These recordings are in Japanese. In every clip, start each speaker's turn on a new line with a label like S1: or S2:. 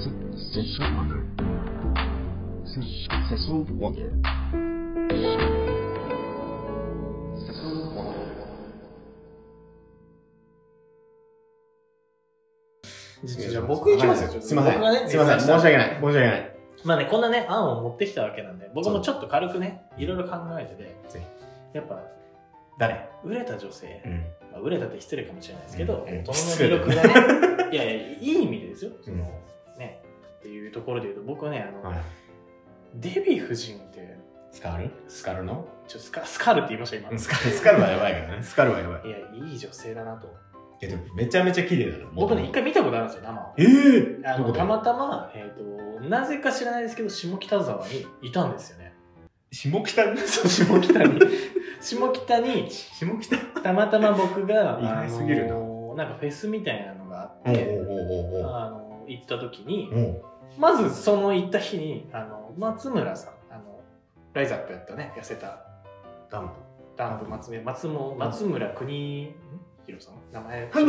S1: Sensual wonder. Sensual sensual wonder. Sensual wonder.
S2: じゃあ僕行きますよ。ちょっとすいません。
S3: 僕がね
S2: すいません。
S3: 絶賛し
S2: 申し
S3: た
S2: 訳ない。申し訳ない。
S3: まあね、こんなね、案を持ってきたわけなんで、僕もちょっと軽くね、いろいろ考えてて、
S2: ぜ
S3: やっぱ、
S2: 誰
S3: 売れた女性、
S2: うん。
S3: まあ、売れたって失礼かもしれないですけど、
S2: うんうん
S3: 大人の魅力がね、い やいや、いい意味でですよ、その、
S2: うん
S3: ね、っていうところで言うと、僕はね、あの、
S2: はい。
S3: デヴィ夫人って、
S2: スカルスカルの
S3: ちょスカスカルって言いました、今。
S2: うんスカル、スカルはやばいからね。スカルはやばい。
S3: いや、いい女性だなと。
S2: え、でもめちゃめちゃ綺麗だな。
S3: 僕ね、一
S2: 元
S3: 回見たことあるんですよ、生を。
S2: 々。ええ
S3: あ
S2: ど
S3: の
S2: こ
S3: た
S2: だ
S3: またま、えーと、なぜか知らないですけど、下北沢にいたんですよね。
S2: 下北に
S3: そう下北に。下北に、
S2: 下北
S3: たまたま僕が、
S2: 意外すぎるな
S3: あのなんかフェスみたいなのがあ
S2: お
S3: っ
S2: う
S3: て、
S2: おうおうおう
S3: あの行った時に、
S2: おう
S3: まずその行った日に、あの松村さん、あのライザップやったね、痩せた
S2: ダン
S3: ダンプ松村、松も松村国弘さん名前。
S2: プ。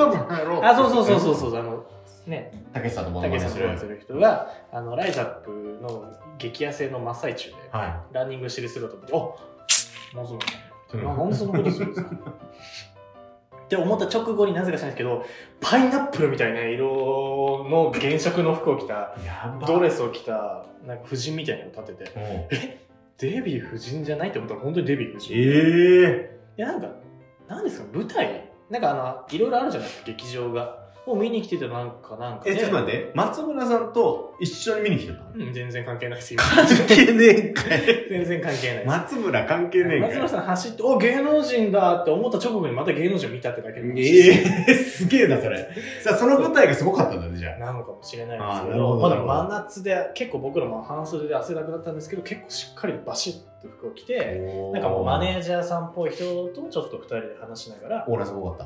S3: あ、そうそうそうそう
S2: う。
S3: そう、あの、ね、
S2: たけしさんのもの
S3: 竹下するする人が、あのライザップの激痩せの真っ最中で、
S2: は
S3: ランニングしてる姿を見て、お松村さん。
S2: い。
S3: ななんでそんなことするんですか って思った直後になぜか知らないですけどパイナップルみたいな色の原色の服を着た
S2: やば
S3: ドレスを着たなんか夫人みたいなのを立てて
S2: おう
S3: デヴィ夫人じゃないって思ったら本当にデヴィ夫人、
S2: ええ
S3: いやなんかなんですか舞台なんかあのいろいろあるじゃないですか劇場がを見に来てたなんかなんか、
S2: え、ちょっと待って。松村さんと一緒に見に来てたの
S3: うん、全然関係ないですよ
S2: 係ねえんかい。
S3: 全然関係ないです
S2: 松村関係ねえんか
S3: 松
S2: い。
S3: 村さん走って、お、芸能人だって思った直後にまた芸能人を見たってだけなんですよ
S2: ええすげえな、それ。さあ、その舞台がすごかったんだね、じゃあ。
S3: なのかもしれないですけ
S2: あーな
S3: ど
S2: る
S3: ま
S2: ほどな
S3: だ
S2: るほど
S3: 真夏で結構僕らも半袖で汗だくだったんですけど結構しっかりバシッと服を着てなんかもうマネージャーさんっぽい人とちょっと2人で話しながら
S2: オーラすごかった。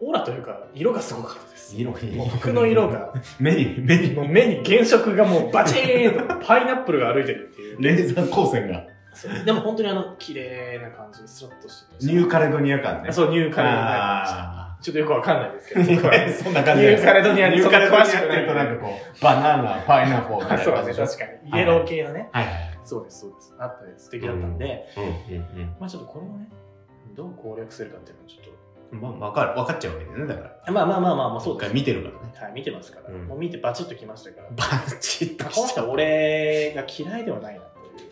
S3: オーラというか色がすごかったです
S2: 色
S3: もう服の色。が
S2: 目に、目に、
S3: もう目に原色がもうバチー ンとパイナップルが歩いてるっていう
S2: レーザー光線が。
S3: そうでも本当にあの綺麗な感じでスラッとして
S2: ニューカレドニア感ね。
S3: あそうニューカレドニア
S2: あ
S3: ちょっとよくわかんないですけ
S2: ー
S3: ど僕は
S2: そんな感じ
S3: ニューカレドニアに
S2: ニュ
S3: そ
S2: ー
S3: んな詳
S2: カレドニアっ
S3: しく
S2: て
S3: ない
S2: 言うとなんかこう、バナナ、パイナップルみたい
S3: あ
S2: な
S3: そう
S2: 感
S3: で
S2: じ
S3: す
S2: で
S3: ね
S2: しょ
S3: 確かにイエロー系のね
S2: はいはい。
S3: そうですそうですあったり素敵だったんで、
S2: うんうん
S3: まあちょっとこれをね、どう攻略するかっていうのはちょっ
S2: うん。まあ、わかる。わかっちゃうわけだよね、だから。
S3: と。まあまあまあまあまあ、そう
S2: 一
S3: で
S2: 回
S3: す。
S2: 見てるからね。
S3: はい、見てますから。
S2: うん
S3: もう見てバチッときましたから。
S2: バチッと
S3: この
S2: しちゃ
S3: 人
S2: う。
S3: 俺が嫌いではないなと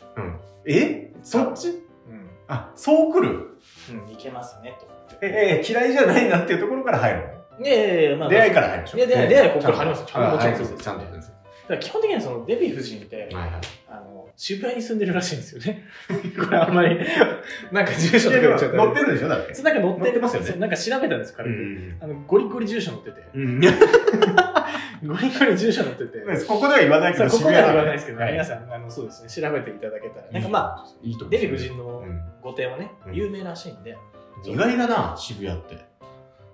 S3: いう。
S2: えそっち
S3: うん。
S2: あ、そう来る
S3: うん、いけますね、と思って。
S2: え、え、嫌いじゃないなっていうところから入るの
S3: いやいやいや、まあ、
S2: 出会い
S3: か
S2: から入るでしょ
S3: いや出会い出会いここから入りますよ
S2: ちゃんと
S3: あもちろん
S2: はい
S3: そうです
S2: ちゃんとです
S3: ら基本的にはそのデヴィ夫人って、
S2: はいはい
S3: あの、渋谷に住んでるらしいんですよね。 これあんまり、なんか住所とか言っちゃった
S2: 乗って
S3: る
S2: るでしょだって。
S3: なんか載って
S2: 載ってますよね
S3: そうなんか調べたんですよ、
S2: う
S3: 軽く。
S2: ん。
S3: あの、ゴリゴリ住所載ってて。
S2: うん。
S3: ゴリゴリ住所載って て。
S2: ここでは言わないけ
S3: そう
S2: ど、
S3: ここでは言わない
S2: い。
S3: ですけど、
S2: はい
S3: 皆さん、あの、そうですね、調べていただけたら。なんかまあ、
S2: あ、いいと思う
S3: デヴィ夫人の
S2: うん
S3: 御殿はね、
S2: うん
S3: 有名らしいんで、
S2: 意外だな、渋谷って。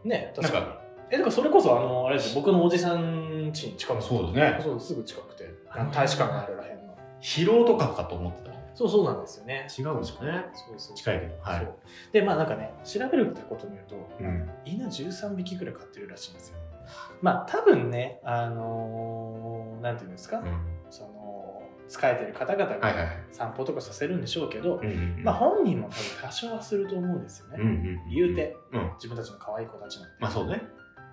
S3: ね、
S2: なん
S3: 確かに。
S2: か、
S3: え、だからそれこそ、あの、あれですよ僕のおじさん家に近く
S2: そうだね
S3: そう、すぐ近くて、
S2: あの
S3: 大使館があるらへんの。
S2: 疲労とかかと思ってたね。
S3: そうそうなんですよね。
S2: 違うんですかね。
S3: そうそう。
S2: 近いけど。は
S3: そ。
S2: いう
S3: で、まあなんかね、調べるってことによると、
S2: うん
S3: 犬13匹ぐらい飼ってるらしいんですよ。まあ多分ね、あのーなんていうんですか、
S2: うん
S3: その、疲れてる方々
S2: はい
S3: が
S2: はい。
S3: 散歩とかさせるんでしょうけど、
S2: うんうん
S3: まあ、本人も多分多少はすると思うんですよね、
S2: うんうん。
S3: 言う。て
S2: うん。
S3: 自分たちの可愛い子たちなんで,、
S2: まあそうね。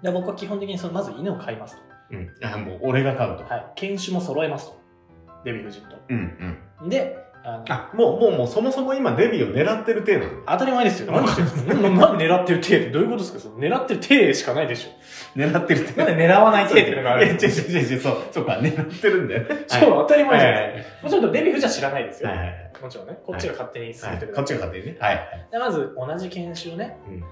S3: で僕は基本的にそのまず犬を飼います
S2: うん。あ、もう俺が買う
S3: と、
S2: と。
S3: はい、犬種も揃えますとデヴィ夫人
S2: うんうん。
S3: とであの
S2: あ、もう、もう、もう、そもそも今デビューを狙ってる程度
S3: 当たり前ですよ何してるんですかなな狙ってる手ってどういうことですかその狙ってる手しかないでしょ
S2: 狙ってる程度
S3: なんで狙わない手
S2: え
S3: っていうのがあるん
S2: 違う
S3: ですか
S2: 違う違う、そう、そうか、狙ってるんだよね。
S3: そう当たり
S2: は
S3: 前
S2: い
S3: じゃ
S2: は
S3: ない
S2: い
S3: ですかもちろんデヴィ夫人は知らないですよ、
S2: はいはいはい。
S3: もちろんねこっちが勝手に進
S2: は
S3: め
S2: い
S3: てる
S2: こ
S3: だ
S2: っち
S3: け、
S2: が勝手にね。はい。
S3: でまず同じ犬種をね
S2: うん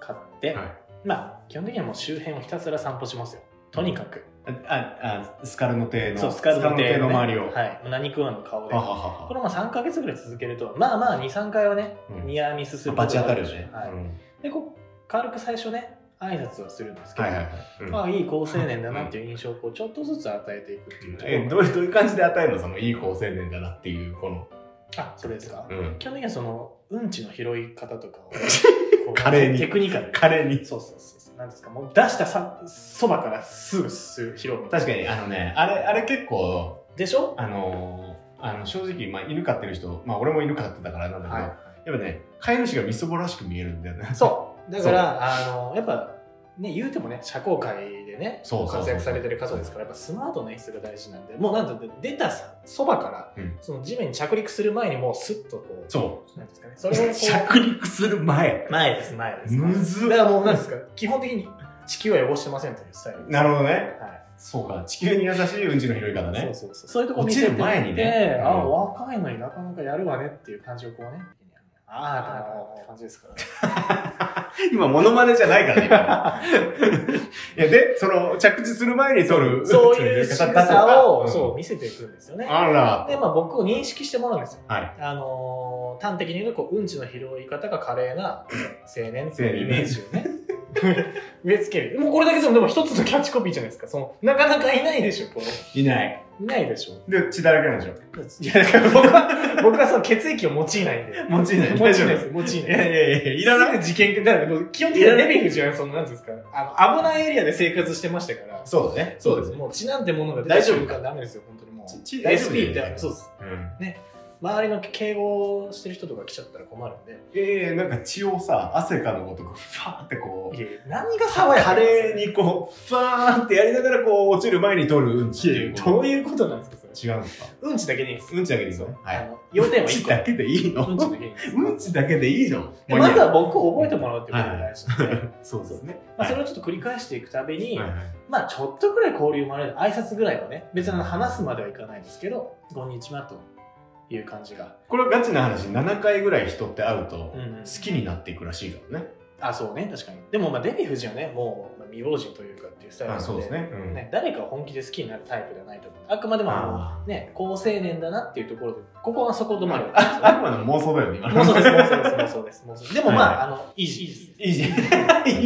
S3: 飼って、
S2: は
S3: まあ基本的にはもう周辺をひたすら散歩しますよとにかく、
S2: あ、あ、スカルノ亭の。
S3: そう、スカルの
S2: ス
S3: 手
S2: カル
S3: の
S2: ノ亭の周りを。
S3: はい。何食わの顔で
S2: あ。はは
S3: こ
S2: は。
S3: れも3ヶ月ぐらい続けると、まあまあ2、3回はね、
S2: うん
S3: ニアミスするこ
S2: バ
S3: と
S2: チ
S3: が
S2: 当
S3: あ
S2: たる
S3: で
S2: よ
S3: しょ
S2: ね。
S3: はい。
S2: うん
S3: で、こう、軽く最初ね、挨拶はするんですけど、
S2: はいはいはい。うん
S3: まあいい好青年だなっていう印象をこうちょっとずつ与えていくっていうところが
S2: え、どういうどういう感じで与えるのその、いい好青年だなっていう、この。
S3: あ、それですか、
S2: うん。
S3: 基本的にはその、うんちの拾い方とかを、こう
S2: 華麗に
S3: テクニカルに。
S2: 華麗に。
S3: そうそうそうそう。なんですかもう出したさそばからすぐ吸う拾うみたい
S2: 確かに、あのね、あれ、あれ結構、
S3: なでしょ
S2: あのーあの正直、まあ、犬飼ってる人、まあ、俺も犬飼ってたからなんだけ
S3: は
S2: ど、やっぱね、飼い主がみそぼらしく見えるんだよね。
S3: いそうだからあのやっぱね言うてもね社交界でね
S2: そうそうそう
S3: 活躍されてる方ですからやっぱスマートな演出が大事なんでもうなんて言うの出たさそばから、
S2: うん
S3: その地面に着陸する前にもうスッとこう
S2: そ
S3: なんですかね
S2: う。
S3: それをこう
S2: 着陸する前。
S3: 前です前です
S2: むずっ
S3: だからもうなんですか基本的に地球は汚してませんというスタイルです
S2: なるほどね。
S3: はい
S2: そうか、地球に優しいうんちの広い方ね。
S3: そうそうそう。そういうとこ
S2: 落ちる前にね
S3: で、あ、
S2: うん
S3: 若いのになかなかやるわねっていう感じをこうね。ああ、って感じですから。
S2: 今、モノマネじゃない からね。今いや、で、その、着地する前に撮る。
S3: そういう 仕
S2: 撮る方
S3: 草を、
S2: ん
S3: そう、見せていくんですよね。
S2: あら。
S3: で、まあ僕を認識してもらうんですよ。
S2: はい。
S3: あのー端的に言うと、こう、うんちの拾い方が華麗な青年っていうイメージをね。 植え付ける。もうこれだけでも、でも一つのキャッチコピーじゃないですか。その、なかなかいないでしょ、こう。
S2: いない。
S3: いない でしょ。
S2: で、血だらけなんでしょ。
S3: いや、だから僕は、僕はその血液を用いないんで。
S2: 持ちいない。
S3: 用いない
S2: 大丈夫
S3: です、用いない
S2: い。やいやいや、いらない。
S3: い事件だから基本的にはレビフじゃん、その、なんていうんですか、あの、危ないエリアで生活してましたから、
S2: そうだね。そうですね。
S3: もう血なんてものが出
S2: 大
S3: た
S2: 丈夫
S3: 瞬間ダメですよ、本当にもう。
S2: 血血
S3: SP っ
S2: 大丈夫だよ
S3: て、
S2: ね
S3: そうです。
S2: うん。
S3: 周りの敬語をしてる人とか来ちゃったら困るんで、
S2: ええなんか血をさ、汗かのごとく、ファーってこう、
S3: いやいや何が爽やか
S2: カ
S3: なんですか
S2: レーにこう、ファーってやりながらこう、落ちる前に取るうんちっていう。
S3: どういうことなんですか、それ。
S2: 違うんですか
S3: うんちだけでいいんです。
S2: うんちだけでいいのは
S3: あ
S2: い。
S3: の、要点は
S2: うん
S3: 1
S2: ち
S3: 個。
S2: だけでいいの
S3: うんちだけでいいんです。
S2: うんちだけでいいのも
S3: で
S2: ういいや
S3: まずは僕を覚えてもらうっていうことが大事なんで、
S2: そうですね。
S3: まあ、そ
S2: は
S3: れをちょっと繰り返していくたび
S2: い
S3: に、
S2: はいはい
S3: まあちょっとぐらい交流もある挨拶ぐらいはね別にあの話すまではいかないですけど「こんにちは」という感じが、
S2: これはガチな話、7回ぐらい人って会うと
S3: う、ん
S2: 好きになっていくらしいからね。
S3: あそうね確かにでもまあデヴィ夫人はねもうまあ未亡人というかっていうスタイルな
S2: あ
S3: ので
S2: そうですね。うん
S3: ね誰かを本気で好きになるタイプではないと思うあくまでもあの
S2: あー
S3: ね好青年だなっていうところでここはそこ止まる
S2: あくまでも妄想だよ ね、今
S3: 妄
S2: の
S3: 想です妄想です妄想です妄想ですでもまあ,、
S2: は
S3: あのイージーイージ
S2: イ ージー。イ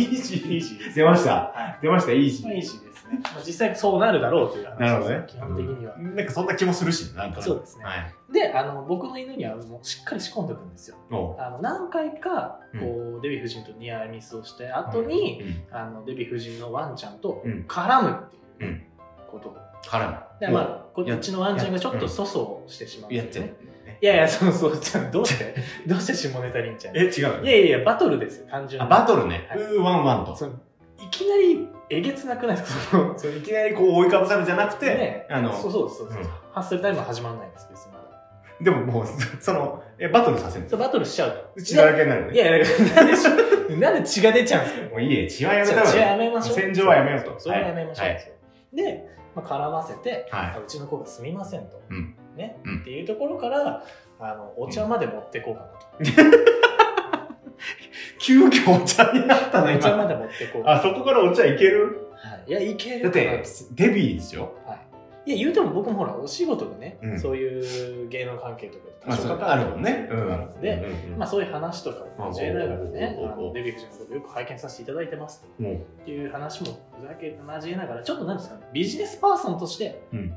S2: ージ
S3: ーイー
S2: ー。
S3: ジーです
S2: 出ました
S3: はい
S2: 出ました、イージ
S3: まあイー
S2: ー。
S3: ジーですね、まあ、実際そうなるだろうという話です
S2: なるほどね。
S3: 基本的には、
S2: うんなんかそんな気もするしね、なんか。
S3: そうですね
S2: はい。
S3: であの僕の犬にはもうしっかり仕込んでおくんですよ
S2: おう
S3: あの何回かこう、デヴィ夫人とニアミスをして後に、
S2: うん
S3: あのデヴィ夫人のワンちゃんと
S2: うん
S3: 絡むっていう
S2: うん
S3: ことを、
S2: から
S3: でまあこっちのワンちゃんがちょっと粗相をしてしまう、
S2: やっちゃう
S3: ね。いやいやそうそうちゃんどうして どうして下ネタりんちゃんい
S2: え、違う
S3: やいやいやバトルですよ単純
S2: あ
S3: に
S2: バトルね。
S3: はいう
S2: ーワンワンと。
S3: そのいきなりえげつなくないですかその
S2: そういきなりこう追いかぶさるじゃなくて
S3: ね、
S2: あの、
S3: そうそうそうそう、
S2: うん
S3: ハッスルタイムは始まらないんです別にまだ
S2: でももう、 その、え、バトルさせる
S3: そうバトルしちゃうと
S2: うちだらけになる
S3: い
S2: ね。
S3: やいやなんでしょ なんで血が出ちゃうんですか
S2: もういいえ、血はやめ
S3: じ
S2: た
S3: ゃ
S2: わ
S3: あ
S2: よ。
S3: やめましょう。
S2: 戦場はやめようと
S3: それはやめましょう。
S2: はいは
S3: で、まあ、絡ませて、
S2: は
S3: うちの子がすみませんと、
S2: うん
S3: ね
S2: うん
S3: っていうところからあのお茶まで持ってこうかなと、
S2: い。急遽お茶になったの、
S3: お茶ま
S2: 今。
S3: で持ってこうかな
S2: あ、そこからお茶いける
S3: はい、いやいける
S2: だっ
S3: か
S2: て
S3: な、
S2: デビーですよ。
S3: はい、いや言うても僕もほらお仕事でね、
S2: うん
S3: そういう芸能関係とか
S2: まあ、そ
S3: 関
S2: う
S3: わ
S2: あるもんね。
S3: ところがあるので、
S2: うん
S3: まあ、そういう話とかも交えながらね、
S2: うん
S3: あのデヴィ夫人のことよく拝見させていただいてます
S2: うんも
S3: っていう話もふざけ交えながら、ちょっとなんですかね、ビジネスパーソンとして、
S2: う、うん。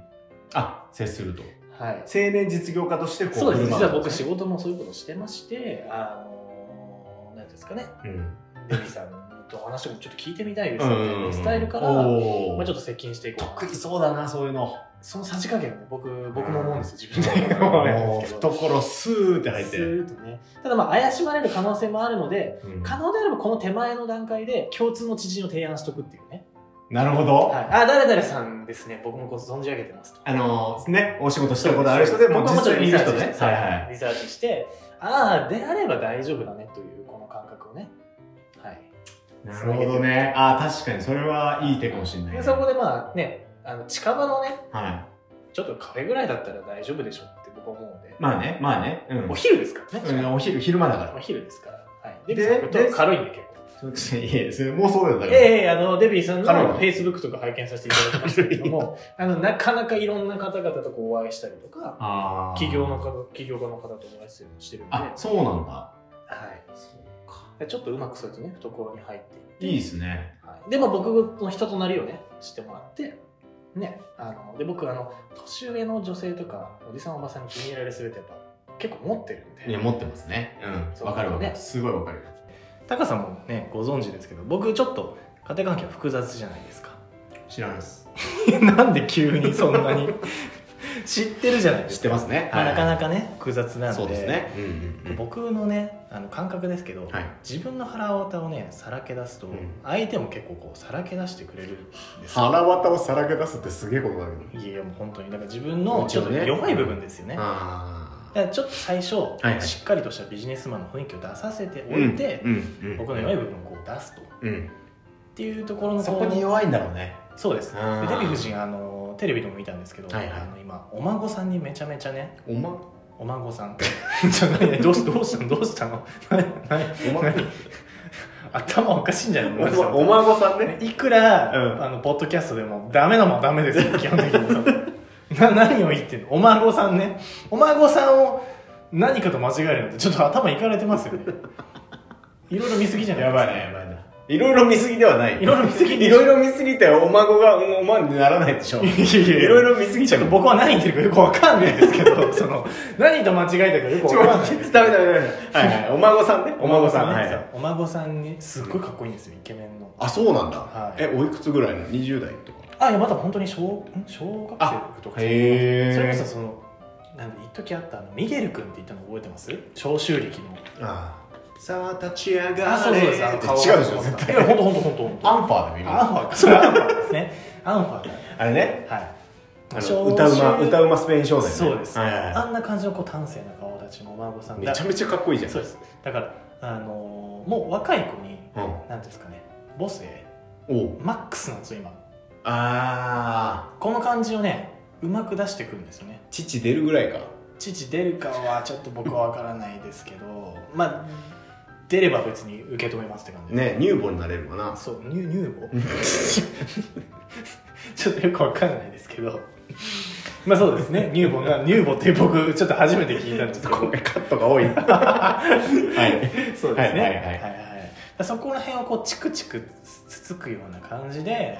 S2: あ、接すると。
S3: はい、
S2: 青年実業家としてこう、
S3: そうです
S2: 振る舞
S3: 実は僕仕事もそういうことしてましてあの何ていうんですかね
S2: うん。
S3: デビーさんとお話とかもちょっと聞いてみたいです
S2: う
S3: み
S2: ん
S3: たいなスタイルから、
S2: おー
S3: まあ、ちょっと接近していこう
S2: 得意そうだな、そういうの。
S3: そのさじ加減ね僕僕も思うんですよ自分 で
S2: もう、
S3: ど
S2: 懐スーって入っ
S3: ス
S2: て。
S3: ーッとねただまあ怪しまれる可能性もあるので
S2: うん
S3: 可能であればこの手前の段階で共通の知人を提案しとくっていうね、
S2: なるほど。
S3: はい、あ誰々さんですね僕もご存じ上げてますと
S2: あのね、お仕事したことある人でもう
S3: 僕
S2: 実
S3: もちょっ
S2: 際
S3: と
S2: にい
S3: リサ
S2: る
S3: ーチ
S2: 人ね
S3: し。て、
S2: はいはい。
S3: リサーチしてああであれば大丈夫だねというこの感覚をねはい
S2: なるほどね。あー確かにそれはいい手かもしれない、
S3: で
S2: ね。
S3: そこでまあねあの近場のね
S2: は
S3: ちょっとカフェぐらいだったら大丈夫でしょって僕は思うんで
S2: い。、まあね、まあね。うん。
S3: お昼ですからね、
S2: うんお昼、昼間だか
S3: お昼ですから、はい、
S2: で
S3: デビーさん
S2: で
S3: と軽いんで結
S2: ら。ちょっといやいや、それ妄想だよだ
S3: 構
S2: か
S3: い
S2: ら。
S3: やいやあのデビーさんの
S2: 軽いの
S3: フェイスブックとか拝見させていただきましたけども あのなかなかいろんな方々とこうお会いしたりとか
S2: あー
S3: 企業の方起業家の方とお会いしたりもしてるんで、は
S2: あ、そうなんだ。
S3: い、でちょっとうまくそうやってね懐に入っていって
S2: いいですね。
S3: はい、で、まあ、僕の人となりをね知ってもらってねあので僕あの年上の女性とかおじさんおばさんに気に入られすべてやっぱ結構持ってるん
S2: いや、
S3: で
S2: 持ってますね。うん。わかるわかる。すごいわかる。
S3: タカさんもねご存知ですけど僕ちょっと家庭環境複雑じゃないですか
S2: 知らないです。
S3: なんで急にそんなに 知ってるじゃないで
S2: 知っ
S3: す
S2: て
S3: か、
S2: ますね。
S3: まあ、なか
S2: か
S3: なかね複雑なんで
S2: そうですね。うんうんうん
S3: 僕のねあの感覚ですけど、
S2: はい
S3: 自分の腹渡をねさらけ出すと、
S2: うん
S3: 相手も結構こうさらけ出してくれるんですよ
S2: 腹渡をさらけ出すってすげえことだけど。
S3: いやいやもう本当にだから自分の
S2: もち
S3: ちょ
S2: ろ
S3: っ
S2: ん
S3: と
S2: ね
S3: 弱い部分ですよね
S2: あ
S3: だからちょっと最初、
S2: いはい
S3: しっかりとしたビジネスマンの雰囲気を出させて
S2: あ。
S3: おいて、
S2: うんうん
S3: 僕の弱い部分をこう出すとっ
S2: うん。
S3: ていうところの
S2: そ
S3: こう
S2: こに弱いんだろうね。
S3: そうですで
S2: あー
S3: デヴィ夫人あのテレビでも見たんですけど、
S2: はいはい
S3: あの今お孫さんにめちゃめちゃね
S2: おま、
S3: お孫さん ちょ何何どうしどうしたのどうしたの何何
S2: おま、
S3: 頭おかしいんじゃないの
S2: おま、お孫さんね。
S3: いくら、
S2: うん
S3: あのポッドキャストでもダメなもんはダメですよ基本的にそう な何を言ってんのお孫さんねお孫さんを何かと間違えるのってちょっと頭いかれてますよねいろいろ見すぎじゃない
S2: や
S3: ですか
S2: ばいね、やばいな。いろいろ見すぎでは ない。
S3: いろいろ見すぎ
S2: いろいろ見すぎて、お孫が、うんおまんにならないでしょ。い
S3: いやいや
S2: ろいろ見すぎち
S3: ち
S2: ゃ
S3: ょっ
S2: う
S3: と。僕は何言ってるかよくわかんないですけ どその何と間違えたかよく
S2: ち
S3: わ
S2: ょ
S3: かんない
S2: 待ってダメダメダメ。はいはい。お孫さんね。お孫さん。
S3: ね
S2: はい
S3: そ
S2: は
S3: う
S2: い。
S3: お孫さんにすっごいかっこいいんですよイケメンの
S2: あ、そうなん
S3: は
S2: だ。
S3: い
S2: え、おいくつぐらいの ?20 代とか。
S3: あいやまだ本当に小ん小学生とか
S2: へー
S3: それこそそのなんで一時あったあのミゲル君って言ったの覚えてます長州力の
S2: ああさあ立ち上
S3: あ
S2: が
S3: そうそうですあの
S2: って
S3: 顔
S2: 違うでしょ絶
S3: いや
S2: 対
S3: 本当本当本当
S2: アンファーでも
S3: アン
S2: 今
S3: ファーかそれアンファーですねアンファー
S2: あれね
S3: だはい
S2: あの
S3: 長州
S2: 歌うま歌うまスペイン少年ね
S3: そうです、
S2: はいはい
S3: あ
S2: は
S3: んな感じのこう端正な顔立ちのお孫さん
S2: い
S3: が
S2: めちゃめちゃかっこいいじゃん
S3: そうですだからあのーもう若い子に
S2: うん
S3: 何ですかね母性
S2: おう
S3: マックスなんですよ今
S2: ああ
S3: この感じをねうまく出してくるんですよね
S2: 父出るぐらいか
S3: 父出るかはちょっと僕は分からないですけどまあ出れば別に受け止めますって感じです
S2: ね乳母になれるか な
S3: そう乳乳房 ちょっとよく分かんないですけどまあそうですね乳房が乳房って僕ちょっと初めて聞いたんですけど
S2: これカットが多いな はい
S3: そうですね
S2: はいはいはい
S3: はいそこら辺をこうチクチクつつくような感じで、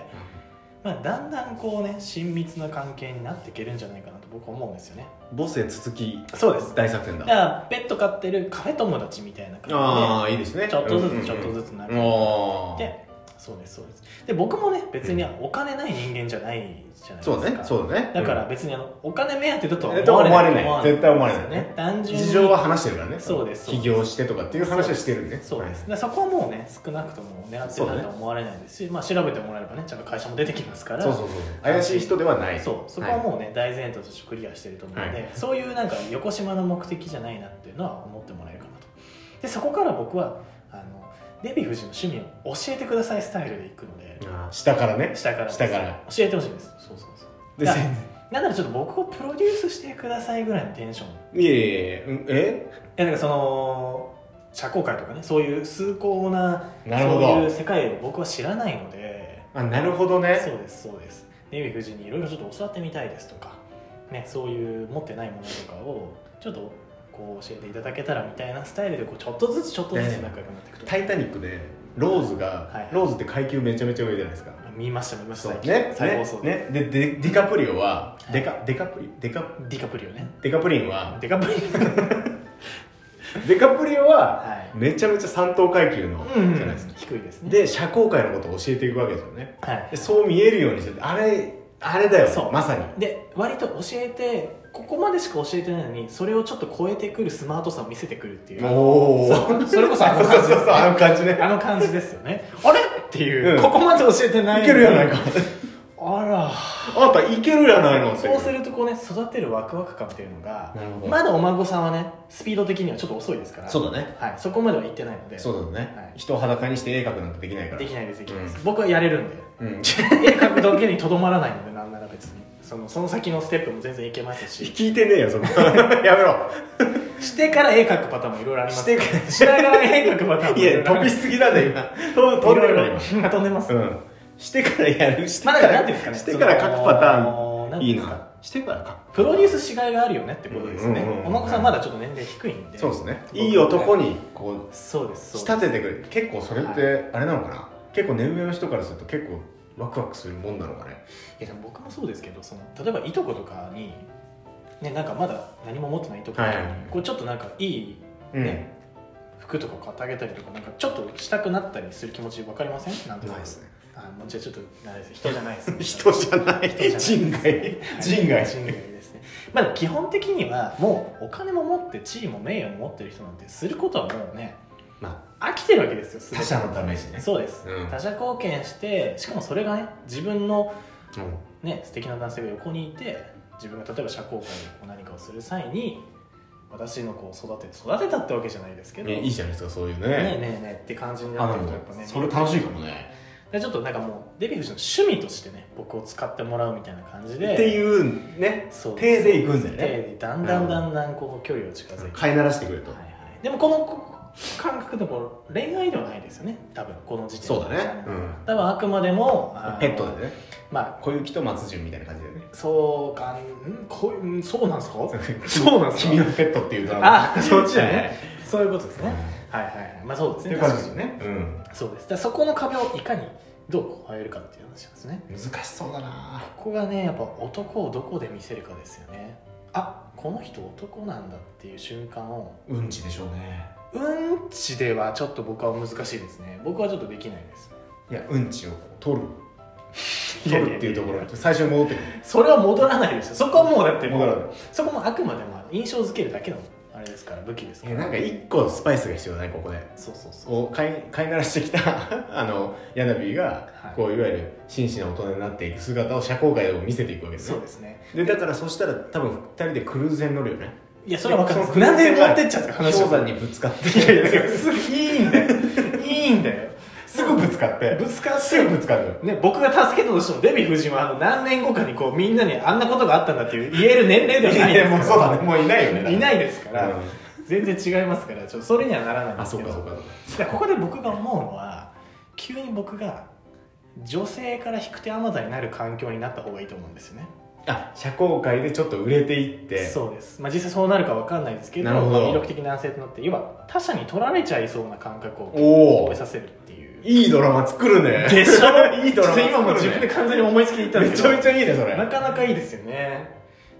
S3: まあ、だんだんこうね親密な関係になっていけるんじゃないかなと僕は思うんですよね
S2: 母性つつき
S3: そうです
S2: 大作戦
S3: だか
S2: だ
S3: らペット飼ってるカフェ友達みたいな感
S2: ああいいです
S3: じ
S2: ね
S3: でちょっとず
S2: うんうんう
S3: つ
S2: ん
S3: ちょっとずつなる
S2: おー
S3: でそうですそうですで僕もね別にお金ない人間じゃないじゃないですか
S2: そうだねそうだね
S3: だから
S2: うん
S3: 別にあのお金目当てだとは
S2: とは思われ
S3: 思
S2: ない
S3: われない
S2: 絶対思われない
S3: ですよね単純に
S2: 事情は話してるからね
S3: そうですそうで
S2: 起
S3: す
S2: 業してとかっていう話はしてるね
S3: そうです、
S2: は
S3: でそこはもうね少なくとも狙って
S2: そうだ
S3: ない
S2: ね
S3: とは思われないですし、まあ、調べてもらえればねちゃんと会社も出てきますか
S2: い
S3: ら
S2: そうそうそう怪しい人ではない
S3: そうそこはもうね、大前提としてクリアしてると思うので、
S2: はい
S3: そういうなんか横島の目的じゃないなっていうのは思ってもらえるかなとでそこから僕はあのデヴィ夫人の趣味を教えてくださいスタイルでいくので
S2: あー下からね
S3: 下からです
S2: 下から
S3: 教えてほしいんですそうそうそう
S2: で
S3: だ
S2: せ
S3: なんならちょっと僕をプロデュースしてくださいぐらいのテンションい
S2: いやいやいやうんえ
S3: やなんかその社交界とかねそういう崇高な
S2: なるほど
S3: そういう世界を僕は知らないので
S2: あなるほどね
S3: そうですそうですデヴィ夫人にいろいろちょっと教わってみたいですとか、ね、そういう持ってないものとかをちょっとこう教えていただけたらみたいなスタイルでこうちょっとずつちょっとずつ仲良くなっていくと、
S2: タイタニックでローズが、
S3: はいはい
S2: ローズって階級めちゃめちゃ上じゃないですか
S3: 見ました見ました
S2: そう
S3: 最近
S2: ね
S3: 再放送で、
S2: ねねででディカプリオは、
S3: い
S2: デカデカプリデカ
S3: ディカプリオね
S2: デカプリンは
S3: ディカプリ
S2: デカプリオ
S3: オ
S2: は
S3: はい、
S2: めちゃめちゃ三等階級の
S3: う
S2: じゃ
S3: ん
S2: ないですか、
S3: 低いですね
S2: で社交界のことを教えていくわけですよね
S3: はい
S2: でそう見えるようにしててあれあれだよ
S3: そう
S2: まさに
S3: で割と教えてここまでしか教えてないのにそれをちょっと超えてくるスマートさを見せてくるっていう
S2: お お
S3: そうそれこそあ
S2: そ
S3: の
S2: うそう
S3: 感じ
S2: そうそうあの感じね
S3: あの感じですよねあれっていう、
S2: うん
S3: ここまで教えてないのに
S2: いけるやないか
S3: あ
S2: あんたいけるやないの
S3: ら
S2: って
S3: そうするとこうね育てるワクワク感っていうのが
S2: なるほど
S3: まだお孫さんはねスピード的にはちょっと遅いですから
S2: そうだね
S3: はい、そこまではいってないので
S2: そうだね、
S3: はい
S2: 人を裸にして絵描くなんてできないから
S3: できないですできないです、
S2: う
S3: 僕はやれるんで
S2: うん、
S3: 絵描くだけにとどまらないのでなんなら別にそのその先のステップも全然いけますし
S2: 聞いてねえよ そこやめろ
S3: してから絵描くパターンもいろいろあります
S2: してか
S3: しながら絵描くパターンも
S2: いや飛びすぎだね今飛飛んでるから
S3: 今飛んでます、
S2: 今うんしてからやるして
S3: ま
S2: か
S3: あ
S2: ら、
S3: なんていうんですかね
S2: してから描くパター
S3: ー
S2: ンいい
S3: ですか
S2: なしてから描
S3: プロデュースしがいがあるよねってことですね、
S2: うんうんうん
S3: お孫さんまだちょっと年齢低いんで
S2: くそうですねいい男にこう
S3: そうです
S2: 仕
S3: そうです
S2: 立ててくれる結構それってあれなのかな、結構年上の人からすると結構ワクワクするもんなのかね
S3: いやでも僕もそうですけどその例えばいとことかにねなんかまだ何も持ってないいとことかに、
S2: はい
S3: こうちょっとなんかいいね、服とか買ってあげたりとかなんかちょっとしたくなったりする気持ち分かりませんなん
S2: う
S3: と
S2: ん
S3: な
S2: ない
S3: く
S2: ですね
S3: あもうじゃあちょっとあれです人じゃないですね
S2: 人じゃない
S3: 人じゃ
S2: 人外人外
S3: 人外ですねまあでも基本的にはもうお金も持って地位も名誉も持ってる人なんてすることはもうね
S2: ま
S3: 飽きてるわけですよ全
S2: あ他
S3: て
S2: 者のダメージね
S3: そうです、
S2: うん
S3: 他者貢献してしかもそれがね自分の
S2: うん
S3: ね素敵な男性が横にいて自分が例えば社交界でこう何かをする際に私のこう育て育てたってわけじゃないですけど
S2: ねいいじゃないですかそういう
S3: ね
S2: ね
S3: えねえねえって感じにな
S2: あ
S3: っ
S2: な
S3: て
S2: る
S3: くと
S2: ほど
S3: やっぱね
S2: それ楽しいかもね
S3: でちょっとなんかもうデヴィ夫人の趣味としてね僕を使ってもらうみたいな感じで
S2: って
S3: う
S2: いうね
S3: そう
S2: 手でいくんだよ
S3: 手
S2: ね
S3: でだんだんだんだんこう距離を近づいて、
S2: 飼い慣らしてくれと
S3: はいはい、でもこのこ感覚でこう恋愛ではないですよね多分この時点で
S2: そうだねうん
S3: 多分あくまでもあの
S2: ペットでね
S3: まあ
S2: 小雪と松潤みたいな感じだよね
S3: そうかんこううんそうなんです かそうなんですか
S2: 君のペットっていうドラマ
S3: あそっちだねそういうことですね、はいはいはいまあそうです
S2: って
S3: ね
S2: いう感じですよねうん
S3: そうですだからそこの壁をいかにどう超えるかっていう話なんですね
S2: 難しそうだな
S3: ここがねやっぱ男をどこで見せるかですよねあこの人男なんだっていう瞬間を
S2: うんちでしょうね
S3: うんちではちょっと僕は難しいですね僕はちょっとできないです
S2: いやうんちを取る 取るっていうところが最初に戻ってくる
S3: それは戻らないですよそこはもうだってもう
S2: 戻らない
S3: そこもあくまでも印象付けるだけのあれですから武器ですか
S2: え
S3: ら
S2: なんか一個スパイスが必要だねここで
S3: そうそうそう
S2: を飼い飼い慣らしてきた あの柳が、
S3: はい
S2: こういわゆる真摯な大人になっていく姿を社交界でも見せていくわけです
S3: そう
S2: ね
S3: ですね
S2: でだからそしたら多分2人でクルーズ船に乗るよね
S3: いやそれは分かるんです
S2: その
S3: なんで持ってっちゃうんですか話を
S2: 氷山にぶつかって
S3: いやいやいやすぐいいんだよいいんだよ
S2: すぐぶつかって
S3: ぶつかって
S2: すぐぶつかるのよ
S3: ね、僕が助けたとしてもデヴィ夫人はあの何年後かにこうみんなにあんなことがあったんだっていう言える年齢ではない
S2: い
S3: で
S2: や
S3: すか
S2: も
S3: ら
S2: うそうだねもういないよねだから
S3: いないですから、
S2: うん
S3: 全然違いますからちょっとそれにはならないんで
S2: あ
S3: す
S2: そう
S3: け
S2: か
S3: ど
S2: そうか
S3: だからここで僕が思うのは急に僕が女性から引く手あまたになる環境になった方がいいと思うんですよね
S2: あ社交界でちょっと売れていって
S3: そうです、まあ、実際そうなるかわかんないですけど
S2: なるほど
S3: まあ魅力的な男性となって要は他者に取られちゃいそうな感覚を
S2: お
S3: 覚
S2: お
S3: えさせるっていう
S2: いいドラマ作るね
S3: でしょ
S2: いいドラ
S3: ちょ
S2: マ作るね
S3: っと今もう自分で完全に思いつきで言ったん
S2: め
S3: です
S2: ち
S3: け
S2: ゃ
S3: ど
S2: めちゃいいねそれ
S3: なかなかいいですよね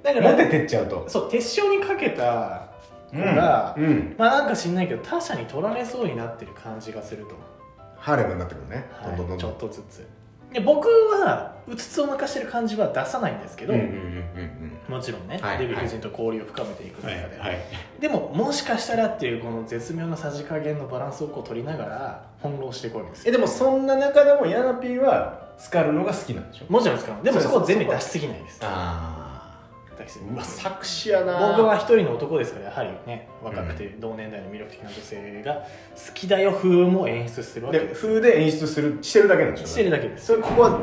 S3: だから
S2: モテてっちゃうと
S3: そう鉄塩にかけた子が、
S2: うんうん
S3: まあなんか知んないけど他者に取られそうになってる感じがすると、
S2: ハーレムになってくるねどんどんどん
S3: ち
S2: ど
S3: ょ
S2: ん
S3: っとずつで僕はうつつを任してる感じは出さないんですけど、
S2: うんうんうん
S3: もちろんね、
S2: はい
S3: デヴィ夫人と交流を深めていく
S2: うんは
S3: 中で、
S2: いはい
S3: でももしかしたらっていうこの絶妙なさじ加減のバランスをこう取りながら翻弄していくわけです
S2: え
S3: よ
S2: でもそんな中でもヤナピーは好かるのが好きなんでしょ
S3: もちろんですからでもそこを全部
S2: そう
S3: 出
S2: で
S3: しすぎないです
S2: あ
S3: 出しすぎ
S2: う
S3: ない
S2: わ作詞やな
S3: 僕は一人の男ですからやはりね若くて同年代の魅力的な女性が好きだよ風も演出するわけ
S2: で
S3: です
S2: 風で演出するしてるだけなんでしょ
S3: してるだけです
S2: それここは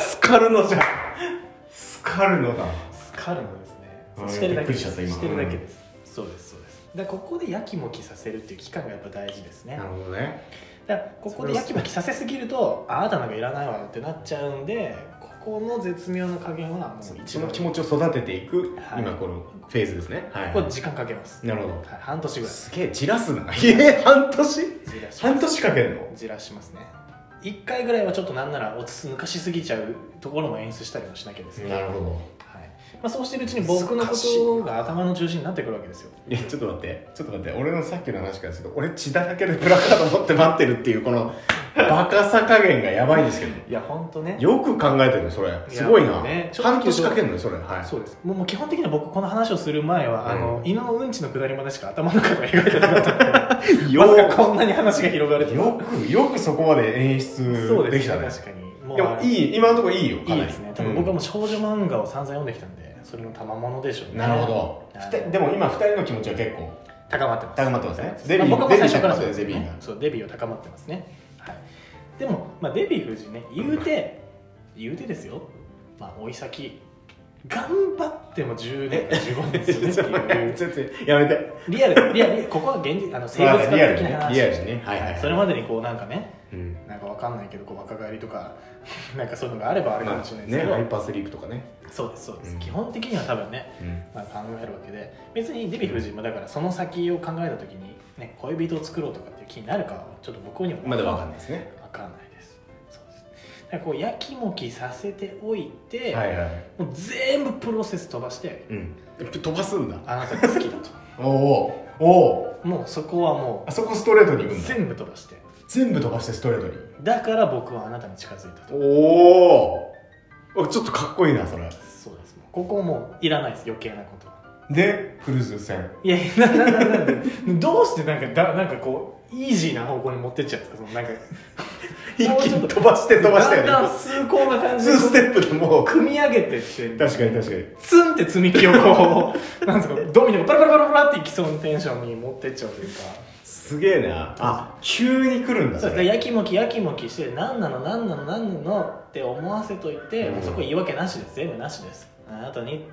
S2: スカルノじゃんスカルノだ
S3: 好かるのですね
S2: うん
S3: してるだけで
S2: びっ
S3: す
S2: くりしちゃった今
S3: してるだけですそうですそうですだからここでやきもきさせるっていう期間がやっぱ大事ですね
S2: なるほどね
S3: だからここでやきもきさせすぎるとああなたなんかいらないわよってなっちゃうんでここの絶妙な加減はもう一
S2: そ
S3: 番
S2: の気持ちを育てていく、
S3: はい
S2: 今このフェーズですねはい
S3: ここ時間かけます
S2: なるほど
S3: はい半年ぐらい
S2: すげえじらす なえ半年
S3: じらします
S2: 半年かけんの
S3: じらしますね1回ぐらいはちょっとなんならおつつ抜かしすぎちゃうところも演出したりもしなきゃですね
S2: なるほど
S3: はいまあ、そうしてるうちに僕のことが頭の中心になってくるわけですよ
S2: いやちょっと待ってちょっと待って俺のさっきの話からすると俺血だらけでプラカード持って待ってるっていうこのバカさ加減がやばいですけど
S3: いや本当ね
S2: よく考えてるねそれすごいな
S3: ねちょっと
S2: 半年かけんのよそれはい
S3: そうですもうもう基本的には僕この話をする前は、
S2: うん
S3: あの犬のうんちのくだりまでしか頭の中が描いてなかったので
S2: よ
S3: まさかこんなに話が広がるとは
S2: よくよくそこまで演
S3: そうで
S2: 出ですき
S3: ね
S2: たね
S3: 確かにも
S2: でも
S3: あの
S2: いい今のところいいよか
S3: い
S2: ないり
S3: ですね多分僕は
S2: うん
S3: もう少女漫画を散々読んできたんでそれの賜物でしょうね
S2: なるほど
S3: はい
S2: ふたでも今2人の気持ちは結構
S3: 高まってます
S2: 高まってますね
S3: デ
S2: デ
S3: ビ
S2: ビ
S3: ー、ま
S2: ー
S3: あ、僕も最初からそうです
S2: デビー
S3: ね
S2: 高まってます
S3: そ
S2: よデビーが
S3: うデビーを高まってますね、はい、でも、まあ、デビー夫人ね言うて言うてですよ、まあ、老い先頑張っても10年か15年ですよねって いう
S2: ちょっとやめて
S3: リアルリアルここは現実あの生活
S2: リア
S3: 学的
S2: ル
S3: な
S2: ね
S3: 話
S2: リアルねはいはいはい
S3: それまでにこうなんかね
S2: うん
S3: なんかわかんないけどこう若返りとか なんかそういうのがあればあれか
S2: ま
S3: もしれな
S2: あ
S3: いです
S2: ね
S3: けど、
S2: ハイパースリープとかね
S3: そうですそうです、
S2: うん
S3: 基本的には多分ねまあ、考えるわけで別にデヴィ夫人もだからその先を考えた時に、ね、恋人を作ろうとかっていう気になるかはちょっと僕には
S2: まだわか
S3: な
S2: ん
S3: い
S2: ないですね
S3: 分かんないですそうですだからこうやきもきさせておいて、
S2: はいはい
S3: もう全部プロセス飛ばして
S2: うん飛ばすんだ
S3: あなたが好きだと
S2: おおおお
S3: もうそこはも
S2: あそこストレートに
S3: う
S2: 行くんだ
S3: 全部飛ばして
S2: 全部飛ばしてストレートに
S3: だから僕はあなたに近づいたと
S2: おおちょっとかっこいいなそれ
S3: そうですもうここもういらないです余計なことは
S2: でクルーズ船
S3: いやいやななななんでどうしてなんかだなんかこうイージーな方向に持ってっちゃうんですかそのなんか
S2: 一
S3: もう
S2: 気
S3: ちょっ
S2: に
S3: と
S2: 飛ばして飛ばして
S3: だんだ
S2: よね
S3: ん崇高な感じで
S2: 2ステップでもう
S3: 組み上げてって
S2: 確かに確かに
S3: ツンって積み木をこうなんですかドミノがパラパラパラパラっていきそうなテンションに持ってっちゃうというか
S2: すげえなあ急に来るんだ
S3: そ
S2: そう
S3: だから
S2: れ
S3: やきもきやきもきして何なの何なの何なのって思わせといて、もうそこは言い訳なしです全部なしですあなたに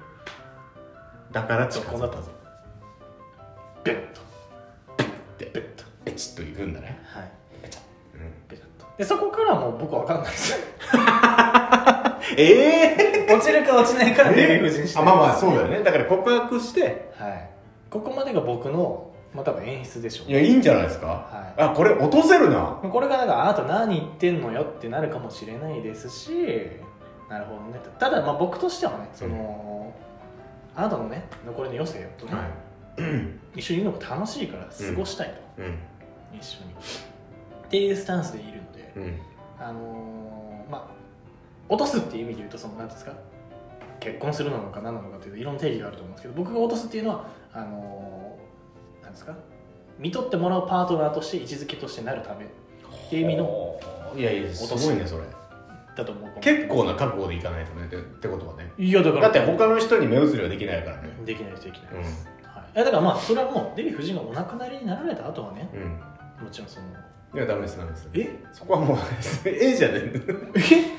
S2: だから
S3: そ
S2: 近
S3: こ
S2: づ
S3: だっ
S2: っ
S3: た
S2: た
S3: ぞ
S2: ぞ
S3: ベッと
S2: って
S3: ベッと
S2: ペチッと行くんだね
S3: はい
S2: ペチャ
S3: ベチャッとでそこからもう僕は分かんないです
S2: ええ
S3: 落ちるか落ちないかデヴィ夫人して
S2: あまあまあそうだよねだから告白して
S3: はいここまでが僕のまあ多分演出でしょう
S2: いやいいんじゃないですか、
S3: はい
S2: あこれ落とせるな
S3: これがなんかあなた何言ってんのよってなるかもしれないですしなるほどねただまあ僕としてはねその、あなたのね残りの余生とね、一緒にいるのが楽しいから過ごしたいと、
S2: いうん
S3: 一緒にっていうスタンスでいるので、
S2: うん
S3: あのーまあ落とすっていう意味で言うとその何ですか結婚するなのか何なのかというといろんな定義があると思うんですけど僕が落とすっていうのはあのー、なんですか見とってもらうパートナーとして位置づけとしてなるためっていう意味の
S2: いやいやすごいねそれ
S3: だと思う
S2: 結構な覚悟でいかないとねってってことはね
S3: いやだから
S2: だって他の人に目移りはできないからね
S3: できないですできないです、はい、いやだからまあそれはもうデヴィ夫人がお亡くなりになられた後はね
S2: うん
S3: もちろんその
S2: いやダメですダメです
S3: え
S2: そこはもう ええじゃねえ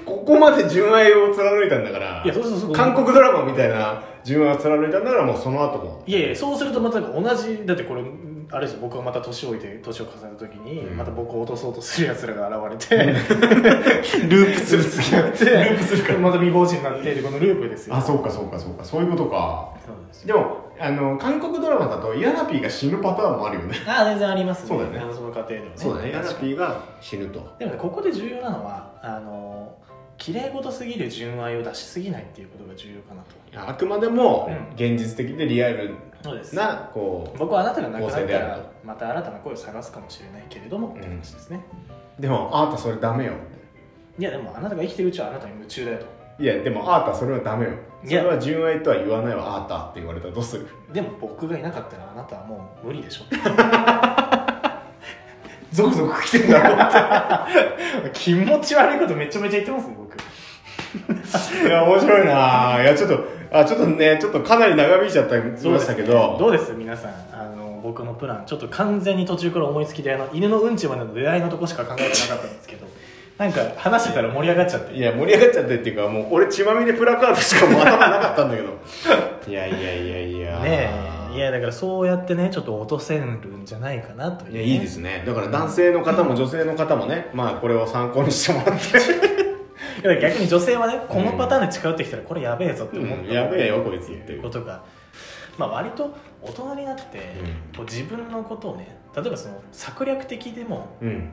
S2: ここまで純愛を貫いたんだから
S3: いやそうそうそう
S2: 韓国ドラマみたいな純愛を貫いたんだからもうその後も
S3: いやいやそうするとまた同じだってこれあれですよ僕がまた年老いて年を重ねた時に、
S2: うん
S3: また僕を落とそうとするやつらが現 れてループする付き合 ってループするからまた未亡人になってでこのループですよ
S2: あそうかそうかそうかそういうことか
S3: そうなんですよ
S2: でもあの韓国ドラマだとヤナピーが死ぬパターンもあるよね
S3: あ全然ありますね
S2: そうだよね
S3: あのその過程でもね
S2: ヤナピーが死ぬと
S3: でもねここで重要なのはあの綺麗事すぎる純愛を出しすぎないっていうことが重要かなと
S2: いやあくまでも
S3: うん
S2: 現実的でリアル
S3: そうです
S2: なこ
S3: 僕はあなたが亡くな
S2: 構成
S3: った
S2: である
S3: らまた新たな声を探すかもしれないけれどもって話ですね、
S2: うでもあなたそれダメよ
S3: いやでもあなたが生きてるうちはあなたに夢中だよと
S2: いやでもあなたそれはダメよそ
S3: いや
S2: れは純愛とは言わないわあなたって言われたらどうする
S3: でも僕がいなかったらあなたはもう無理でしょ
S2: ゾクゾク来てんだろ
S3: 気持ち悪いことめちゃめちゃ言ってますね僕
S2: いや、面白いなぁいや、ちょっと、あ、ちょっとね、ちょっとかなり長引いちゃった、そうましたけど。
S3: どうです皆さんあの僕のプランちょっと完全に途中から思いつきであの犬のうんちまでの出会いのとこしか考えてなかったんですけ どなんか話してたら盛り上がっちゃって
S2: いや、盛り上がっちゃってっていうか、もう、俺、血まみれプラカードしかもう頭なかったんだけど。 いやいやいやいや。
S3: ねえいやだからそうやってねちょっと落とせるんじゃないかなという、
S2: いや、いいですね。だから、男性の方も女性の方もね、まあ、これを参考にしてもらって。
S3: いや逆に女性はねこのパターンで近寄ってきたらこれやべえぞって思った、
S2: うんやべえよこいつっていう
S3: ことが、まあ、割と大人になって、こ
S2: うん
S3: う自分のことをね例えばその策略的でも
S2: うん。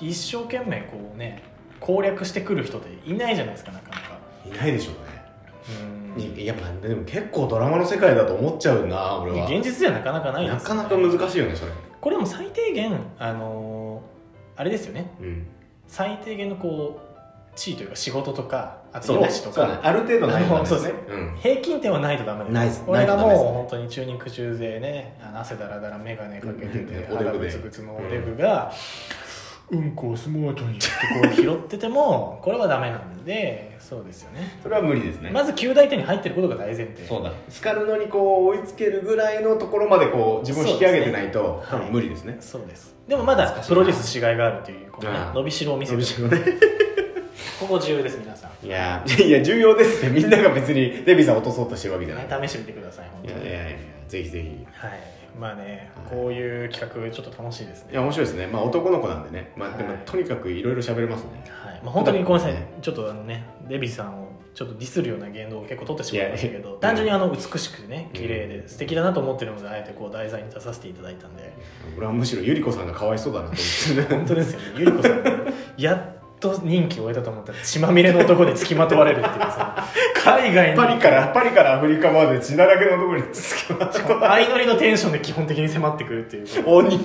S3: 一生懸命こうね攻略してくる人っていないじゃないですかなかなか
S2: いないでしょうね。
S3: うん
S2: いやっぱ、でも結構ドラマの世界だと思っちゃうな俺は。
S3: 現実ではなかなかないですよ
S2: な
S3: ね
S2: かなか難しいよね、それ。
S3: これも最低限あのーあれですよね
S2: うん。
S3: 最低限のこう地位というか仕事とかあと
S2: そう
S3: 容
S2: ね。
S3: 姿と
S2: そうね
S3: か、
S2: ある程度ないとダメ
S3: あのそうですね
S2: うん。
S3: 平均点はないとダメ
S2: ない
S3: で
S2: ですす
S3: これがもう
S2: ないとダメですね
S3: 本当に中肉中背ねあの汗だらだら眼鏡かけてて
S2: うんおで
S3: 肌
S2: ぶで
S3: ブツブツのおでぶが「うんこを相撲取り」ってこう拾ってて もこれはダメなんでそうですよね
S2: それは無理ですね。
S3: まず9大点に入ってることが大前提
S2: そうだスカルノにこう追いつけるぐらいのところまでこう自分を引き上げてないと、
S3: そうですね
S2: 多分無理ですね、
S3: そうですでもまだプロデュースしがいがあるというこのね
S2: うん
S3: 伸びしろを見せてる
S2: ろね
S3: ここ重要です皆さん
S2: いやいや重要ですねみんなが別にデビーさん落とそうとしてるわけじゃない、
S3: ね試してみてください本
S2: い
S3: 当
S2: や
S3: に
S2: いやいやぜひぜひ
S3: はいまあね
S2: はい
S3: こういう企画ちょっと楽しいですね
S2: いや面白いですねまあ男の子なんでねまあでも、
S3: はい
S2: とにかくいろいろ喋れますね
S3: はいまあ、本当にごめんなさい、
S2: ね
S3: ちょっとあのねデビさんをちょっとディスるような言動を結構取ってしまいましたけ
S2: いやい
S3: ど
S2: や
S3: 単純にあの美しくね綺麗
S2: う
S3: で
S2: ん
S3: 素敵だなと思ってるのであえてこう題材に出させていただいたんで
S2: 俺はむしろゆり子さんがかわいそうだなと思って
S3: 本当ですよねゆり子さんがやっと任期を終えたと思ったら血まみれの男につきまとわれるっていうさ海外
S2: パリ
S3: に
S2: からパリからアフリカまで血だらけのところにつきまし
S3: 相乗りのテンションで基本的に迫ってくるっていう
S2: 鬼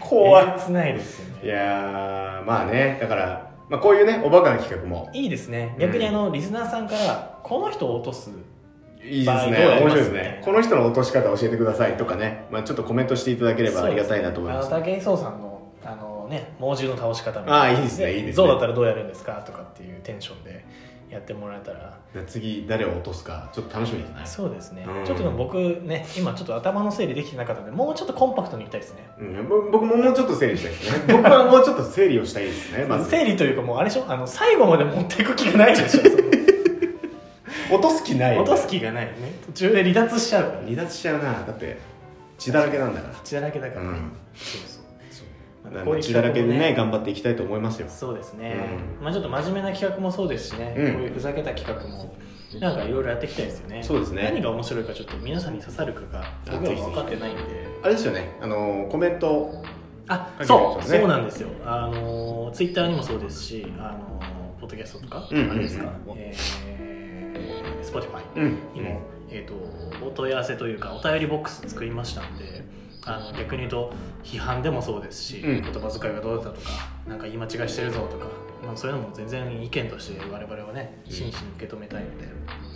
S2: 怖い
S3: えげつないですよ
S2: い
S3: ね
S2: やーまあねだから、まあ、こういうねおバカな企画も
S3: いいですね逆にあの、リスナーさんからこの人を落とす
S2: いいです
S3: まあどう
S2: ね
S3: やり
S2: 面
S3: ます
S2: 白いですねこの人の落とし方教えてくださいとかね、まあ、ちょっとコメントしていただければありがたいなと思います
S3: あの武井壮さんのあのね猛獣の倒し方み
S2: あ
S3: た
S2: あ
S3: い
S2: い
S3: ない
S2: ですねいいです
S3: 象
S2: ね
S3: だったらどうやるんですかとかっていうテンションでやってもらえたら
S2: じゃあ次誰を落とすかちょっと楽しみですね
S3: そうですね、
S2: うん
S3: ちょっとでも僕ね今ちょっと頭の整理できてなかったのでもうちょっとコンパクトにいきたいですね、
S2: うん、ぼ僕ももうちょっと整理したいですね 僕はもうちょっと整理をしたいです ねまず
S3: 整理というかもうあれでしょあの最後まで持っていく気がないでしょ そ
S2: 落とす気ない
S3: の落とす気がないよね途中で離脱しちゃうから
S2: 離脱しちゃうなだって血だらけなんだから
S3: 血だらけだからね、
S2: うん
S3: そうそう
S2: そう
S3: まあ
S2: だか
S3: こうい
S2: ら
S3: う
S2: 血だらけ
S3: 企
S2: で
S3: 画も
S2: ね
S3: ね
S2: 頑張っていきたいと思いますよ
S3: そうですね、
S2: う
S3: まあちょっと真面目な企画もそうですしね、
S2: うん
S3: こういうふざけた企画もなんかいろいろやっていきたいですよね
S2: そうですね
S3: 何が面白いかちょっと皆さんに刺さるかが僕らも分かってないんで
S2: あれですよねあのーコメント
S3: あ
S2: ぜひ
S3: そう、
S2: ぜひ
S3: そうなんですよあのツイッターにもそうですしあのポッドキャストとか、
S2: うん
S3: あれですか、
S2: うん
S3: えー、Spotify
S2: うん
S3: にも、えー、とお問い合わせというかお便りボックス作りましたんであの逆に言うと批判でもそうですし、
S2: うん
S3: 言葉遣いがどうだったとかなんか言い間違いしてるぞとか、まあ、そういうのも全然意見として我々はね真摯に受け止めたいので、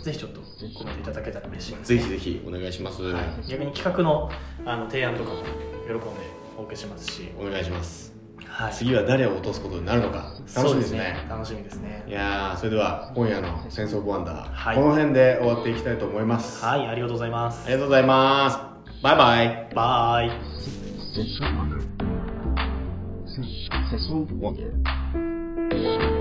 S3: ぜひちょっとコメントいただけたら嬉しいです、
S2: ぜひぜひお願いします、
S3: はい、逆に企画のあの提案とかも喜んでお受けしますし、
S2: お願いします
S3: はい、
S2: 次は誰を落とすことになるのか楽しみですね
S3: そう楽しみですね
S2: いやーそれでは今夜の「戦争ボアンダー」
S3: はい
S2: この辺で終わっていきたいと思います、
S3: はいありがとうございま
S2: あ
S3: す
S2: りがとうございますバイバイ
S3: バイ
S1: Successful Wonder.